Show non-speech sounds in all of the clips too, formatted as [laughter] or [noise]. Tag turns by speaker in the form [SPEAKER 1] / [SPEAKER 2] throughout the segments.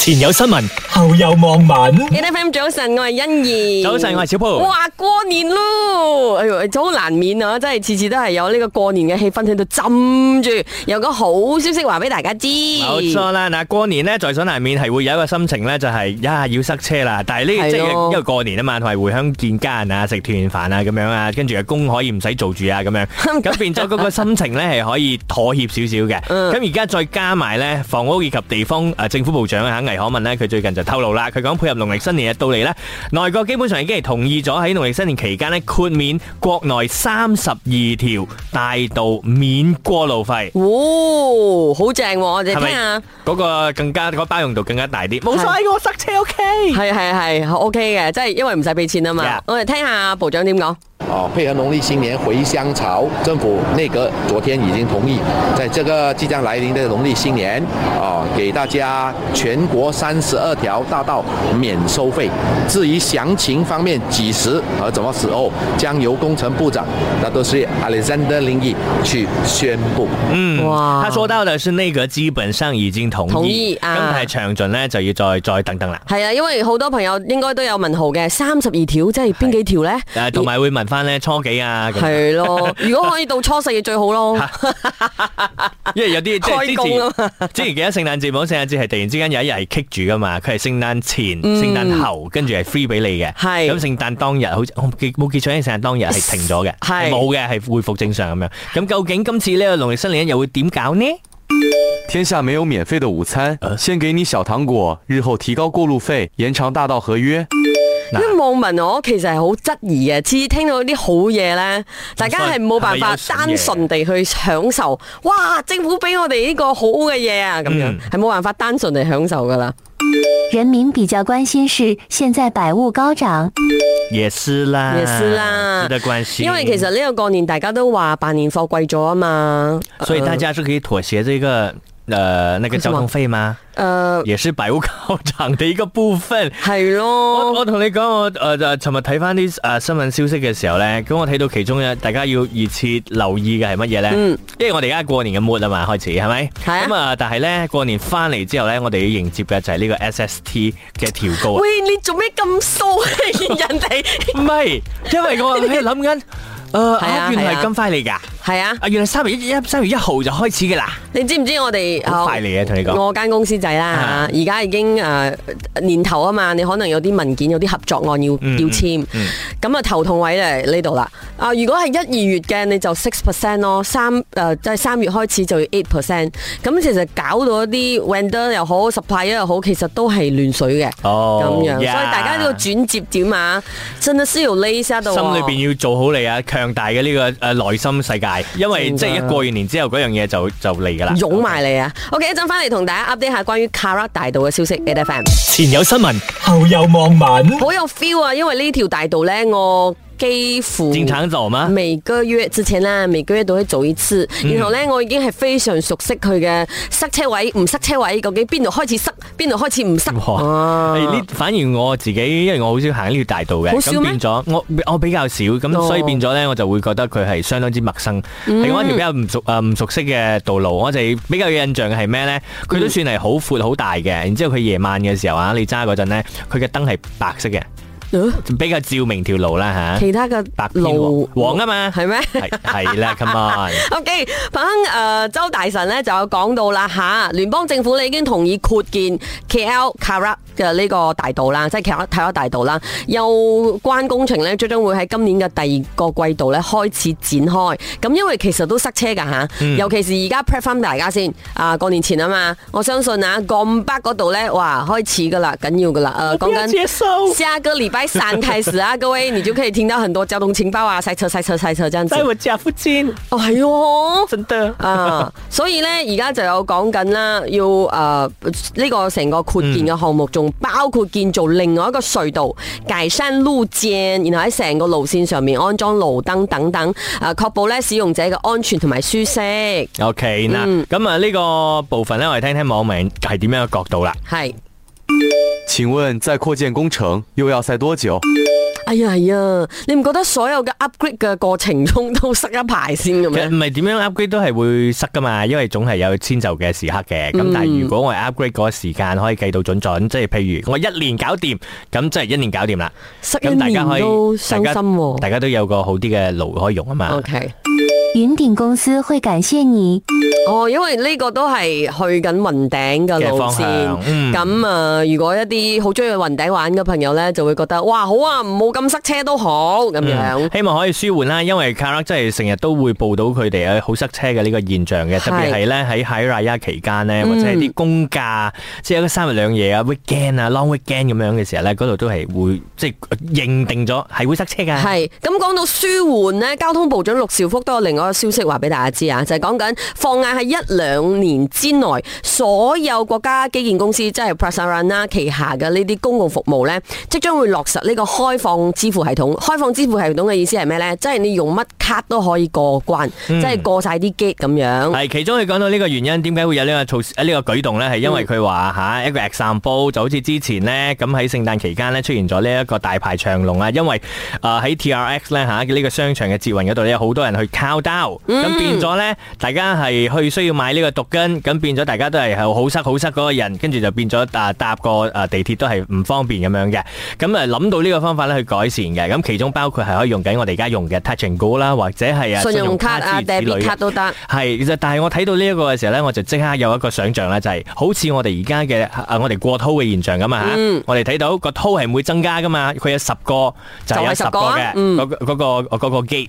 [SPEAKER 1] 前有新聞，後有網民。
[SPEAKER 2] A F M 早晨，我係欣怡。
[SPEAKER 3] 早晨，我係小鋪。
[SPEAKER 2] 哇，過年咯，哎呦，好難免啊！真係次次都係有呢個過年嘅氣氛喺度浸住，有個好消息話俾大家知。
[SPEAKER 3] 冇錯啦，嗱過年咧在所難免係會有一個心情咧，就係呀要塞車啦。但係呢
[SPEAKER 2] 係
[SPEAKER 3] 即係
[SPEAKER 2] 咯
[SPEAKER 3] 因為過年啊嘛，同埋回鄉見家人啊，食團圓飯啊咁樣啊，跟住啊工可以唔使做住啊咁樣，咁變咗嗰個心情咧係可以妥協少少嘅。
[SPEAKER 2] 嗯
[SPEAKER 3] 咁而家再加埋咧房屋以及地方誒政府部長啊倪可敏咧，佢最近就透露啦，佢講配合農曆新年嘅到嚟咧，內閣基本上已經係同意咗喺農曆新年期間咧豁免國內三十二條大道免過路費。
[SPEAKER 2] 哦，好正喎！我哋
[SPEAKER 3] 係咪
[SPEAKER 2] 聽下，
[SPEAKER 3] 嗰個更加嗰個包容度更加大啲？冇所謂，我塞車 OK。
[SPEAKER 2] 係係係，OK 嘅，即係因為唔使俾錢啊嘛
[SPEAKER 3] Yeah。
[SPEAKER 2] 我哋聽下部長點講。
[SPEAKER 4] 啊，配合农历新年回乡潮，政府内阁昨天已经同意，在这个即将来临的农历新年，啊，给大家全国三十二条大道免收费。至于详情方面几时和怎么时候，将由工程部长，那都是 Alexander 林毅去宣布。
[SPEAKER 3] 嗯，
[SPEAKER 2] 哇
[SPEAKER 3] 他說到的是呢個基本上已經同意，
[SPEAKER 2] 同意啊
[SPEAKER 3] 咁但係詳盡咧就要再再等等啦。
[SPEAKER 2] 係啊，因為好多朋友應該都有問號嘅，三十二條即係邊幾條呢？
[SPEAKER 3] 誒，同埋會問翻咧初幾啊，咁
[SPEAKER 2] 係咯，如果可以到初四嘅最好咯。
[SPEAKER 3] 因為有啲即係之
[SPEAKER 2] 開工啊
[SPEAKER 3] 前之前記得聖誕節，冇聖誕節係突然之間有一日係棘住噶嘛，佢係聖誕前、
[SPEAKER 2] 嗯
[SPEAKER 3] 聖誕後，跟住係 free 俾你嘅。
[SPEAKER 2] 係
[SPEAKER 3] 咁聖誕當日好似我冇記冇記錯，聖誕當日係停咗嘅，
[SPEAKER 2] 係
[SPEAKER 3] 冇嘅，係恢復正常咁樣。咁究竟今次呢個農曆新年又會點搞呢？
[SPEAKER 5] 天下没有免费的午餐，先给你小糖果，日后提高过路费，延长大道合约。
[SPEAKER 3] 嗱
[SPEAKER 2] 啲網民我其實係好質疑嘅，次次聽到啲好嘢呢，大家係冇辦法
[SPEAKER 3] 係咪
[SPEAKER 2] 單
[SPEAKER 3] 有筍
[SPEAKER 2] 純地去享受。哇！政府俾我哋呢個好嘅嘢啊，咁樣
[SPEAKER 3] 嗯
[SPEAKER 2] 係冇辦法單純地享受噶啦。
[SPEAKER 6] 人民比较关心是现在百物高涨，
[SPEAKER 3] 也是啦，
[SPEAKER 2] 也是啦
[SPEAKER 3] 值得关心。
[SPEAKER 2] 因為其實呢個過年大家都話辦年貨貴咗啊嘛，
[SPEAKER 3] 所以大家是可以妥协这个呃那个交通费吗？
[SPEAKER 2] 誒、呃、
[SPEAKER 3] 也是百物 [laughs] 考场的一个部分。
[SPEAKER 2] 係
[SPEAKER 3] 我
[SPEAKER 2] 咯，
[SPEAKER 3] 我同你講，我誒誒，尋日睇翻啲誒新聞消息嘅時候咧，咁我睇到其中一大家要熱切留意嘅係乜嘢咧？
[SPEAKER 2] 嗯
[SPEAKER 3] 因為我哋而家過年嘅末啊嘛，開始係咪？
[SPEAKER 2] 係啊
[SPEAKER 3] 咁啊，但係咧過年翻嚟之後咧，我哋要迎接嘅就係呢個 SST 嘅調高啊。
[SPEAKER 2] 喂，你做咩咁騷 [laughs]
[SPEAKER 3] [laughs]
[SPEAKER 2] 人哋？
[SPEAKER 3] 唔係，因為我喺度諗緊，誒
[SPEAKER 2] [laughs] 係啊
[SPEAKER 3] 啊，原來係咁快嚟㗎，
[SPEAKER 2] 係啊，
[SPEAKER 3] 啊，原來三月一三月一號就開始㗎啦。
[SPEAKER 2] 你知唔知我哋啊
[SPEAKER 3] 好快嚟嘅同你講
[SPEAKER 2] 我間公司仔啦
[SPEAKER 3] 啊，
[SPEAKER 2] 而家已經誒、呃年頭啊嘛，你可能有啲文件、有啲合作案要、
[SPEAKER 3] 嗯
[SPEAKER 2] 要簽，咁啊、
[SPEAKER 3] 嗯
[SPEAKER 2] 頭痛位嚟呢度啦。啊、如果係一二月嘅，你就 six percent 咯，三誒即係三月開始就要 eight percent。咁其實搞到一啲 vendor 又好，supplier 又好，其實都係亂水嘅。
[SPEAKER 3] 哦
[SPEAKER 2] 咁樣，所以
[SPEAKER 3] yeah
[SPEAKER 2] 大家呢個轉接點啊，真係需要 lay 下啊度。
[SPEAKER 3] 心裏邊要做好你啊，強大嘅呢個誒內心世界，因為
[SPEAKER 2] 真㗎
[SPEAKER 3] 即係一過完年之後嗰樣嘢就就嚟㗎啦。
[SPEAKER 2] 湧埋嚟啊！OK，一陣翻嚟同大家 update 下關於 Kara 大道嘅消息，8 FM。
[SPEAKER 1] 前有新聞，後有網民。
[SPEAKER 2] 好有 feel 啊！因为呢条大道呢，我几乎
[SPEAKER 3] 正常啊走嗎？
[SPEAKER 2] 每個月之前啦，每個月都會做一次。
[SPEAKER 3] 嗯
[SPEAKER 2] 然後呢，我已經係非常熟悉佢嘅塞車位、唔塞車位，究竟邊度開始塞，邊度開始唔塞。
[SPEAKER 3] [laughs] 哇！哎誒呢反而我自己，因為我好少行呢條大道嘅，
[SPEAKER 2] 好啊哦少
[SPEAKER 3] 咁
[SPEAKER 2] 咩
[SPEAKER 3] 變咗我我比較少，咁
[SPEAKER 2] 哦嗯
[SPEAKER 3] 所以變咗咧，我就會覺得佢係相當之陌生，係我一條比較唔熟呃誒唔熟悉嘅道路。我哋比較有印象嘅係咩咧？佢
[SPEAKER 2] 嗯
[SPEAKER 3] 都算係好闊好大嘅，然之後佢夜晚嘅時候啊，你揸嗰陣咧，佢嘅燈係白色嘅，
[SPEAKER 2] 呃
[SPEAKER 3] 比較照明條路啦嚇。
[SPEAKER 2] 其他嘅
[SPEAKER 3] 白偏
[SPEAKER 2] 路
[SPEAKER 3] 黃黃啊
[SPEAKER 2] [laughs]
[SPEAKER 3] 嘛，
[SPEAKER 2] 係咩？
[SPEAKER 3] 係係啦，come on，
[SPEAKER 2] OK，彭誒、呃周大臣咧就有講到啦嚇，聯邦政府咧已經同意擴建 KL Karak 嘅呢個大道啦，即係 KL Karak 大道啦。有關工程咧，最終會喺今年嘅第二個季度咧開始展開。咁因為其實都塞車㗎嚇，尤其是而家 prep 翻大家先啊，過年前啊嘛，我相信啊，江北嗰度咧，哇，開始㗎啦，緊要㗎啦，誒講緊。
[SPEAKER 3] 哦
[SPEAKER 2] 下個禮拜三開始啊，各位，你就可以聽到很多交通情報啊，塞車、塞車、塞車，這樣子。
[SPEAKER 3] 我家附近，
[SPEAKER 2] 哦，係哦。
[SPEAKER 3] [laughs] 真的
[SPEAKER 2] 啊，所以咧而家就有講緊啦，要誒呢、個成個擴建嘅項目，仲包括建造另外一個隧道、解山路肩，然後喺成個路線上面安裝路燈等等，啊確保咧使用者嘅安全同埋舒適，
[SPEAKER 3] OK
[SPEAKER 2] 嗯
[SPEAKER 3] 嗱，咁啊呢個部分咧，我哋聽聽網民係點樣嘅角度啦。
[SPEAKER 2] 係。
[SPEAKER 5] 请问再扩建工程又要塞多久？
[SPEAKER 2] 哎呀哎呀，你唔覺得所有嘅 upgrade 嘅過程中都塞一排先嘅
[SPEAKER 3] 其實
[SPEAKER 2] 咩？
[SPEAKER 3] 唔係點樣 upgrade 都係會塞噶嘛，因為總係有遷就嘅時刻嘅。咁、但係如果我係 upgrade 嗰個時間可以計到準準，即係譬如我一年搞掂，咁即係一年搞掂啦。
[SPEAKER 2] 塞一
[SPEAKER 3] 咁大家可
[SPEAKER 2] 年
[SPEAKER 3] 以
[SPEAKER 2] 都傷心
[SPEAKER 3] 大家
[SPEAKER 2] 喎。
[SPEAKER 3] 大家都有個好啲嘅爐可以用啊嘛。
[SPEAKER 2] OK，
[SPEAKER 6] 云顶公司会感谢你。
[SPEAKER 2] 哦，因為呢個都係去緊雲頂嘅
[SPEAKER 3] 嘅
[SPEAKER 2] 路
[SPEAKER 3] 方
[SPEAKER 2] 線
[SPEAKER 3] 向，嗯
[SPEAKER 2] 咁啊、如果一啲好中意去雲頂玩嘅朋友咧，就會覺得哇，好啊，唔好咁塞車都好咁樣。
[SPEAKER 3] 希望可以舒緩啦，因為 c a r 真係成日都會報到佢哋啊好塞車嘅呢個現象嘅，
[SPEAKER 2] 係
[SPEAKER 3] 特別係咧喺喺 r a 期間咧，
[SPEAKER 2] 嗯
[SPEAKER 3] 或者係啲公假，即係一個三日兩夜啊、weekend 啊、long weekend 咁樣嘅時候咧，嗰度都係會即係認定咗係會塞車㗎。
[SPEAKER 2] 系咁講到舒緩呢，交通部長陸兆福都有另外一個消息話俾大家知啊，就係講緊放眼喺一兩年之內，所有國家基建公司即係 Prasaran 啦旗下嘅呢啲公共服務呢，即將會落實呢個開放支付系統。開放支付系統嘅意思係咩呢？即係你用乜卡都可以過關，
[SPEAKER 3] 嗯
[SPEAKER 2] 即係過晒啲 gate 咁樣。
[SPEAKER 3] 係，其中佢講到呢個原因，點解會有呢個措施？
[SPEAKER 2] 嗯
[SPEAKER 3] 呃呢、個舉動呢？係因為佢話嚇一個 example 就好似之前呢，咁喺聖誕期間呢，出現咗呢一個大排長龍啊，因為啊喺 TRX 呢，嚇呢個商場嘅捷運嗰度呢，有好多人去 count down，咁、變
[SPEAKER 2] 嗯
[SPEAKER 3] 咗呢，大家係去需要買呢個毒根，咁變咗大家都係好塞好塞嗰個人，跟住就變咗啊搭個啊地鐵都係唔方便咁樣嘅，咁啊諗到呢個方法呢，去改善嘅，咁其中包括係可以用緊我哋而家用嘅 Touch and Go 啦，或者係啊
[SPEAKER 2] 信用卡
[SPEAKER 3] 諸如
[SPEAKER 2] 啊、
[SPEAKER 3] 此類
[SPEAKER 2] debit
[SPEAKER 3] 嘅
[SPEAKER 2] 卡都得。
[SPEAKER 3] 係，其實但係我睇到呢一個嘅時候咧，我就即刻有一個想像咧，就係、好似我哋而家嘅啊，我哋過滔嘅現象咁啊嚇，
[SPEAKER 2] 嗯
[SPEAKER 3] 我哋睇到個滔係唔會增加噶嘛，佢有十個就係有
[SPEAKER 2] 就係
[SPEAKER 3] 十
[SPEAKER 2] 10個
[SPEAKER 3] 個
[SPEAKER 2] 啊
[SPEAKER 3] 嘅
[SPEAKER 2] 嗯
[SPEAKER 3] 嗰個嗰個嗰個 gate。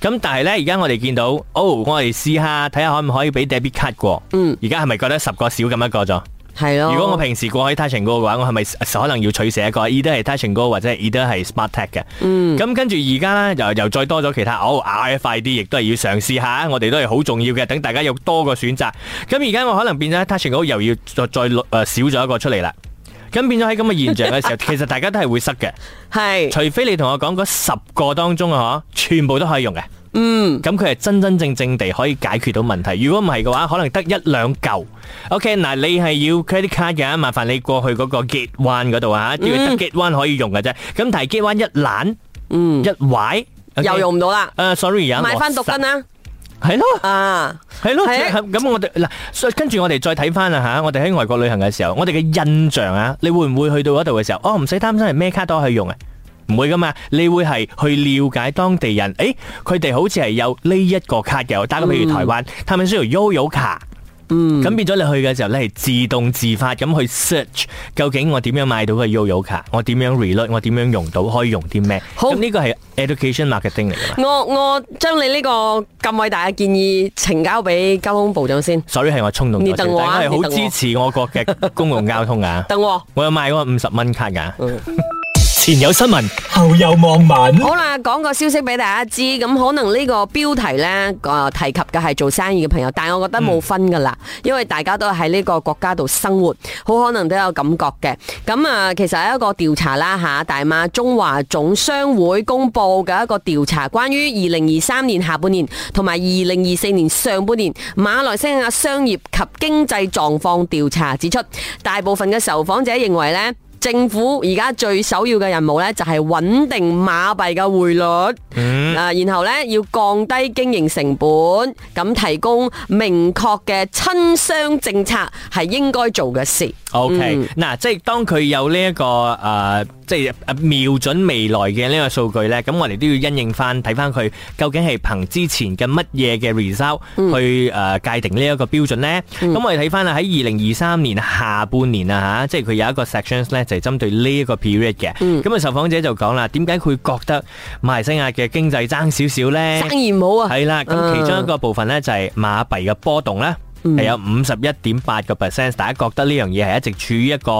[SPEAKER 3] 咁但係咧，而家我哋見到，哦，我哋試下睇下可唔可以俾 debit card 過。
[SPEAKER 2] 嗯，
[SPEAKER 3] 而家係咪覺得十個少咁一個咗？
[SPEAKER 2] 係啊咯。
[SPEAKER 3] 如果我平時過去 Touch and Go 嘅話，我係咪可能要取捨一個？either 係 Touch and Go 或者係 either 係 Smart Tag 嘅。
[SPEAKER 2] 嗯
[SPEAKER 3] 咁跟住而家咧又又再多咗其他，哦 RFID 亦都係要嘗試下，我哋都係好重要嘅，等大家有多個選擇。咁而家我可能變咗 Touch and Go 又要再再誒、呃少咗一個出嚟啦。咁變咗喺咁嘅現象嘅時
[SPEAKER 2] [laughs]
[SPEAKER 3] 候，其實大家都係會塞嘅，
[SPEAKER 2] 係
[SPEAKER 3] 除非你同我講嗰十個當中啊，嗬全部都可以用嘅。
[SPEAKER 2] 嗯。
[SPEAKER 3] 咁佢係真真正正地可以解決到問題。如果唔係嘅話，可能得一兩嚿。OK，嗱，你係要 credit card 嘅，麻煩你過去嗰個 gate one 嗰度啊，因為得 gate one 可以用嘅啫。咁但係 gate one 一懶，嗯，一壞
[SPEAKER 2] 又。用唔到啦，
[SPEAKER 3] 誒，sorry 啊，
[SPEAKER 2] 買翻毒根
[SPEAKER 3] 啊，
[SPEAKER 2] 啦，
[SPEAKER 3] 係咯。
[SPEAKER 2] 啊，
[SPEAKER 3] 係咯，
[SPEAKER 2] 係
[SPEAKER 3] 咁我哋嗱，所以跟住我哋再睇翻啦吓，我哋喺外國旅行嘅時候，我哋嘅印象啊，你會唔會去到嗰度嘅時候，哦唔使擔心係咩卡都可以用啊？唔會噶嘛，你會係去了解當地人，誒佢哋好似係有呢一個卡嘅，打個譬如台灣，他們需要 YOYO 卡。嗯，咁變咗你去嘅時候咧，係自動自發咁去 search，究竟我點樣買到個 YOYO 卡，我點樣 reload，我點樣用到，可以用啲咩？
[SPEAKER 2] 好
[SPEAKER 3] 咁呢個係 education marketing 嚟噶嘛。
[SPEAKER 2] 我我将你呢個咁偉大嘅建議呈交俾交通部長先，
[SPEAKER 3] sorry 係我衝動咗
[SPEAKER 2] 你等我啊
[SPEAKER 3] 但係
[SPEAKER 2] 你
[SPEAKER 3] 我係好
[SPEAKER 2] 等我！
[SPEAKER 3] 支持我國嘅公共交通啊
[SPEAKER 2] [laughs] 等我。
[SPEAKER 3] 我有買嗰個五十蚊卡㗎。 [laughs]
[SPEAKER 1] 前有新聞，後有網民。
[SPEAKER 2] 好啦，講個消息俾大家知，咁可能呢個標題呢，呃提及嘅係做生意嘅朋友，但係我覺得冇分噶啦，因為大家都喺呢個國家度生活，好可能都有感覺嘅。咁啊，其實係一個調查啦吓，大馬中華總商會公布嘅一個調查，關於二零二三年下半年同埋二零二四年上半年馬來西亞商業及經濟狀況調查指出，大部分嘅受訪者認為呢。政府而家最首要嘅任務咧，就係穩定馬幣嘅匯率，啊，然後咧要降低經營成本，咁提供明確嘅親商政策係應該做嘅事。
[SPEAKER 3] OK，嗱、即係當佢有呢、一個誒、呃即係呃瞄準未來嘅呢個數據咧，咁我哋都要因應翻，睇翻佢究竟係憑之前嘅乜嘢嘅 result 去誒、呃界定呢一個標準咧。咁、我哋睇翻啦，喺二零二三年下半年啊嚇，即係佢有一個 sections 咧，就係、針對呢一個 period 嘅。咁啊、受訪者就講啦，點解佢覺得馬來西亞嘅經濟爭少少咧？
[SPEAKER 2] 生意唔好啊，
[SPEAKER 3] 系啦，咁其中一個部分咧就係馬幣嘅波動咧。係有五十一點八個 percent，大家覺得呢樣嘢係一直處於一個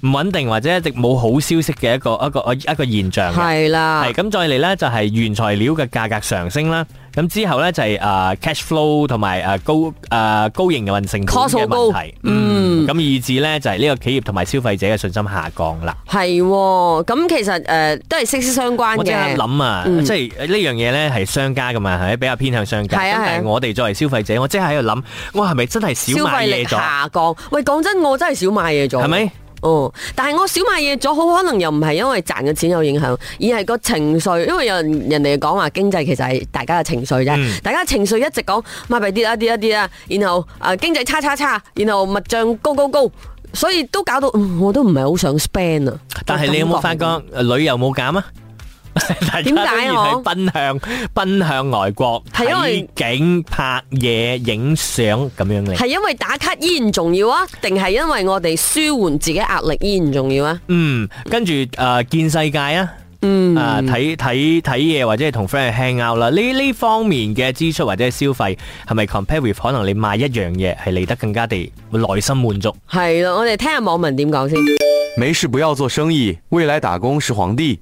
[SPEAKER 3] 唔穩定或者一直冇好消息嘅一個一個一個現象嘅。
[SPEAKER 2] 係啦
[SPEAKER 3] 係，咁再嚟咧就係原材料嘅價格上升啦，咁之後咧就係誒 cash flow 同埋誒高誒高營運成本
[SPEAKER 2] Cost 好
[SPEAKER 3] 嘅
[SPEAKER 2] 高
[SPEAKER 3] 問題，嗯，咁以致咧就係呢個企業同埋消費者嘅信心下降啦。
[SPEAKER 2] 係喎咁其實诶、呃都係息息相關
[SPEAKER 3] 我即刻
[SPEAKER 2] 嘅。
[SPEAKER 3] 諗啊，
[SPEAKER 2] 嗯
[SPEAKER 3] 即係呢樣嘢咧係商家噶嘛，係咪比較偏向商家？
[SPEAKER 2] 係啊
[SPEAKER 3] 咁
[SPEAKER 2] 係啊
[SPEAKER 3] 但係我哋作為消費者，我即刻喺度諗，我係咪真係少
[SPEAKER 2] 消
[SPEAKER 3] 買
[SPEAKER 2] 費
[SPEAKER 3] 嘢
[SPEAKER 2] 力
[SPEAKER 3] 咗？
[SPEAKER 2] 下降，喂，講真，我真係少買嘢咗，
[SPEAKER 3] 係咪？
[SPEAKER 2] 哦，但係我少買嘢咗，好可能又唔係因為賺嘅錢有影響，而係個情緒。因為有人人哋講話經濟其實係大家嘅情緒啫，大家情緒一直講買幣跌啊跌啊跌啊，然後啊經濟差差差，然後物漲高高高，所以都搞到、嗯我都唔係好想 spend 啊。
[SPEAKER 3] 但係你有冇發覺
[SPEAKER 2] 個感
[SPEAKER 3] 呃旅遊冇減啊？ [laughs] 大家
[SPEAKER 2] 點
[SPEAKER 3] 都
[SPEAKER 2] 解啊
[SPEAKER 3] 然係奔向奔向外國
[SPEAKER 2] 係因為
[SPEAKER 3] 睇景、拍嘢、影相咁樣嚟
[SPEAKER 2] 覺？。係因為打卡依然重要啊，定係因為我哋舒緩自己壓力依然重要啊？
[SPEAKER 3] 嗯，跟住诶、呃見世界啊。
[SPEAKER 2] 嗯
[SPEAKER 3] 啊，睇睇睇嘢或者係同 friend 去 hang out 啦，呢呢方面嘅支出或者係消費係咪 compare with 可能你買一樣嘢係嚟得更加地內心滿足？
[SPEAKER 2] 係啦，我哋聽下網民點講先。
[SPEAKER 5] 没事不要做生意，未来打工是皇帝。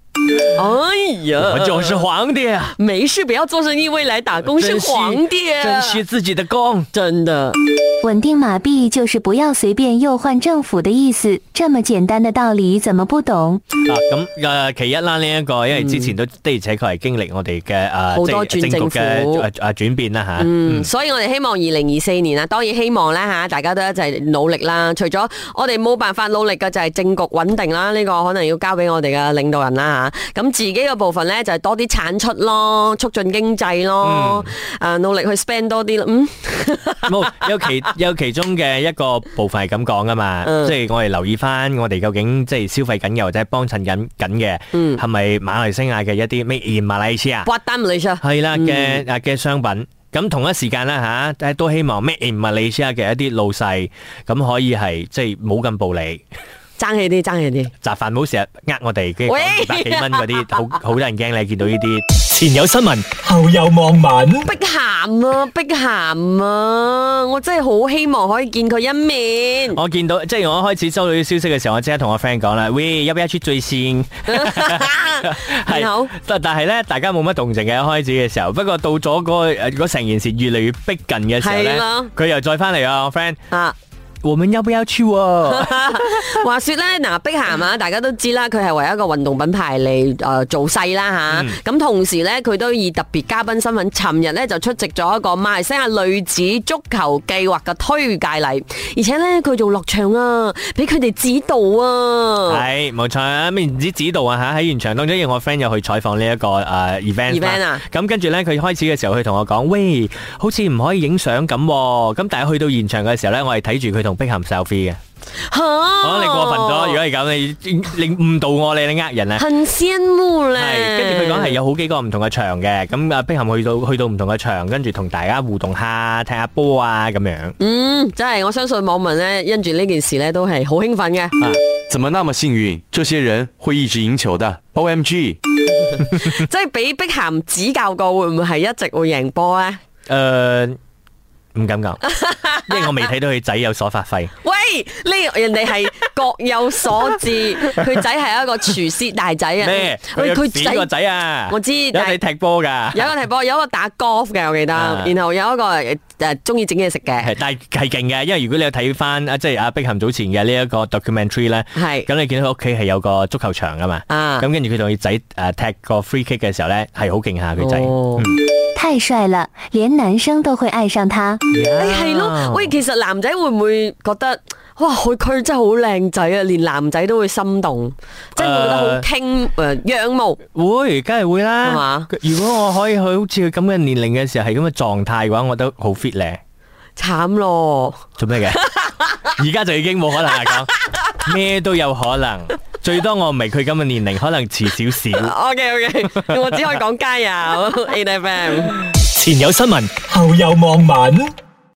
[SPEAKER 2] 哎呀，
[SPEAKER 3] 我就是皇帝啊，
[SPEAKER 2] 没事，不要做生意，未来打工是
[SPEAKER 3] 珍惜
[SPEAKER 2] 皇帝，
[SPEAKER 3] 珍惜自己的工。
[SPEAKER 2] 真的。
[SPEAKER 6] 稳定马币就是不要随便诱换政府的意思。这么简单的道理怎么不懂？
[SPEAKER 3] 啊，咁誒、呃其一啦，呢、一個，因為之前都的而且確係經歷我哋嘅誒，
[SPEAKER 2] 嗯好
[SPEAKER 3] 即係
[SPEAKER 2] 多轉
[SPEAKER 3] 政局
[SPEAKER 2] 政府
[SPEAKER 3] 嘅誒誒轉變啦吓，
[SPEAKER 2] 嗯，所以我哋希望二零二四年啊，當然希望啦吓，大家都一齊努力啦。除咗我哋冇辦法努力嘅就係政局穩定啦，呢、個可能要交俾我哋嘅領導人啦吓。咁自己嘅部分呢，就係多啲產出咯，促進經濟咯，啊努力去 spend 多啲啦。嗯，
[SPEAKER 3] [laughs] 冇有其有其中嘅一個部分係咁講噶嘛，
[SPEAKER 2] 嗯
[SPEAKER 3] 即係我哋留意翻我哋究竟即係消費緊嘅或者係幫襯緊緊嘅，
[SPEAKER 2] 嗯
[SPEAKER 3] 係咪馬來西亞嘅一啲 made in 馬來西亞
[SPEAKER 2] 刮單你先。
[SPEAKER 3] 係啦嘅啊嘅商品？咁同一時間啦吓，都希望 made in 馬來西亞嘅一啲老細咁可以係即係冇咁暴利。
[SPEAKER 2] 爭氣啲，爭氣啲。
[SPEAKER 3] 雜飯唔好成日呃我哋，跟住講
[SPEAKER 2] 喂
[SPEAKER 3] 二百幾蚊嗰
[SPEAKER 2] [laughs]
[SPEAKER 3] 啲，好好得人驚你見到呢啲。
[SPEAKER 1] 前有新聞，後有網民。
[SPEAKER 2] 碧咸啊，碧咸啊，我真係好希望可以見佢一面。 [laughs]
[SPEAKER 3] 我見到即係我一開始收到啲消息嘅時候，我即刻同我 friend 講啦，喂，有冇一出最線？係
[SPEAKER 2] [laughs] 然後
[SPEAKER 3] [laughs] 但但係咧，大家冇乜動靜嘅一開始嘅時候，不過到咗嗰個誒嗰成件事越嚟越逼近嘅時候
[SPEAKER 2] 係
[SPEAKER 3] 咧
[SPEAKER 2] 啦，
[SPEAKER 3] 佢又再翻嚟啊，我 friend，
[SPEAKER 2] 啊，
[SPEAKER 3] 我們要不要去
[SPEAKER 2] [laughs]
[SPEAKER 3] 喎？
[SPEAKER 2] 話說咧，嗱，碧咸啊，大家都知啦，佢係為一個運動品牌嚟誒做勢啦
[SPEAKER 3] 嗯
[SPEAKER 2] 吓，咁、同時咧，佢都以特別嘉賓身份，尋日咧就出席咗一個馬來西亞女子足球計劃嘅推介禮，而且咧佢仲落場啊，俾佢哋指導啊。
[SPEAKER 3] 係冇錯啊，咁唔止指導啊嚇，喺現場當中，因為我 friend 有去採訪呢一個誒 event
[SPEAKER 2] event 啊
[SPEAKER 3] 啦咁跟住咧，佢開始嘅時候，佢同我講：，喂，好似唔可以影相咁喎。咁但係去到現場嘅時候咧，我係睇住佢同碧咸 selfie 嘅。
[SPEAKER 2] 嚇、
[SPEAKER 3] 哦，你過分咗！如果係咁，你你誤導我，你你呃人啊！
[SPEAKER 2] 很羨慕咧。
[SPEAKER 3] 係，跟住佢講係有好幾個唔同嘅場嘅，咁啊碧咸去到去到唔同嘅場，跟住同大家互動下，踢下波啊咁樣。
[SPEAKER 2] 嗯，真係我相信網民咧，因住呢件事咧都係好興奮
[SPEAKER 3] [laughs]
[SPEAKER 2] 嘅。
[SPEAKER 5] 怎么那么幸运？这些人会一直赢球的。O M G！
[SPEAKER 2] 即係俾碧咸指教過，會唔會係一直會贏波咧？
[SPEAKER 3] 誒、
[SPEAKER 2] 嗯
[SPEAKER 3] 呃唔敢
[SPEAKER 2] [laughs]
[SPEAKER 3] 講，因為我未睇到佢仔有所發揮。
[SPEAKER 2] 喂，呢人哋係各有所志，佢仔係一個廚師大仔啊！
[SPEAKER 3] 咩？
[SPEAKER 2] 喂，
[SPEAKER 3] 佢有個
[SPEAKER 2] 佢仔
[SPEAKER 3] 仔啊！
[SPEAKER 2] 我知
[SPEAKER 3] 有
[SPEAKER 2] 但係
[SPEAKER 3] 你踢波㗎。
[SPEAKER 2] 有一個踢波，有一個打 golf 嘅，我記得，
[SPEAKER 3] 啊
[SPEAKER 2] 然後有一個誒中意整嘢食嘅，
[SPEAKER 3] 係，但係係勁嘅，因為如果你有睇翻啊，即係阿碧咸早前嘅呢一個 documentary 咧，
[SPEAKER 2] 係
[SPEAKER 3] 咁你見到佢屋企係有個足球場噶嘛，
[SPEAKER 2] 嗯啊
[SPEAKER 3] 咁跟住佢同佢仔誒踢個 free kick 嘅時候咧，係好勁下佢仔。嗯
[SPEAKER 2] 哦
[SPEAKER 6] 太帅了，连男生都会爱上他。
[SPEAKER 2] 誒哎係
[SPEAKER 3] 啊
[SPEAKER 2] 咯。喂，其實男仔會唔會覺得？哇！佢佢真係好靚仔啊，連男仔都會心動，即係會覺得好傾誒仰慕。
[SPEAKER 3] 會，梗係會啦。
[SPEAKER 2] 係嘛
[SPEAKER 3] 佢如果我可以去好似佢咁嘅年齡嘅時候係咁嘅狀態嘅話，我都好 fit 咧。
[SPEAKER 2] 慘咯！
[SPEAKER 3] 做咩嘅？而家就已經冇可能啦，講咩都有可能，最多我唔係佢咁嘅年齡，可能遲少少。
[SPEAKER 2] OK OK，我只可以講加油，A F M。
[SPEAKER 1] 前有新聞，後有網民。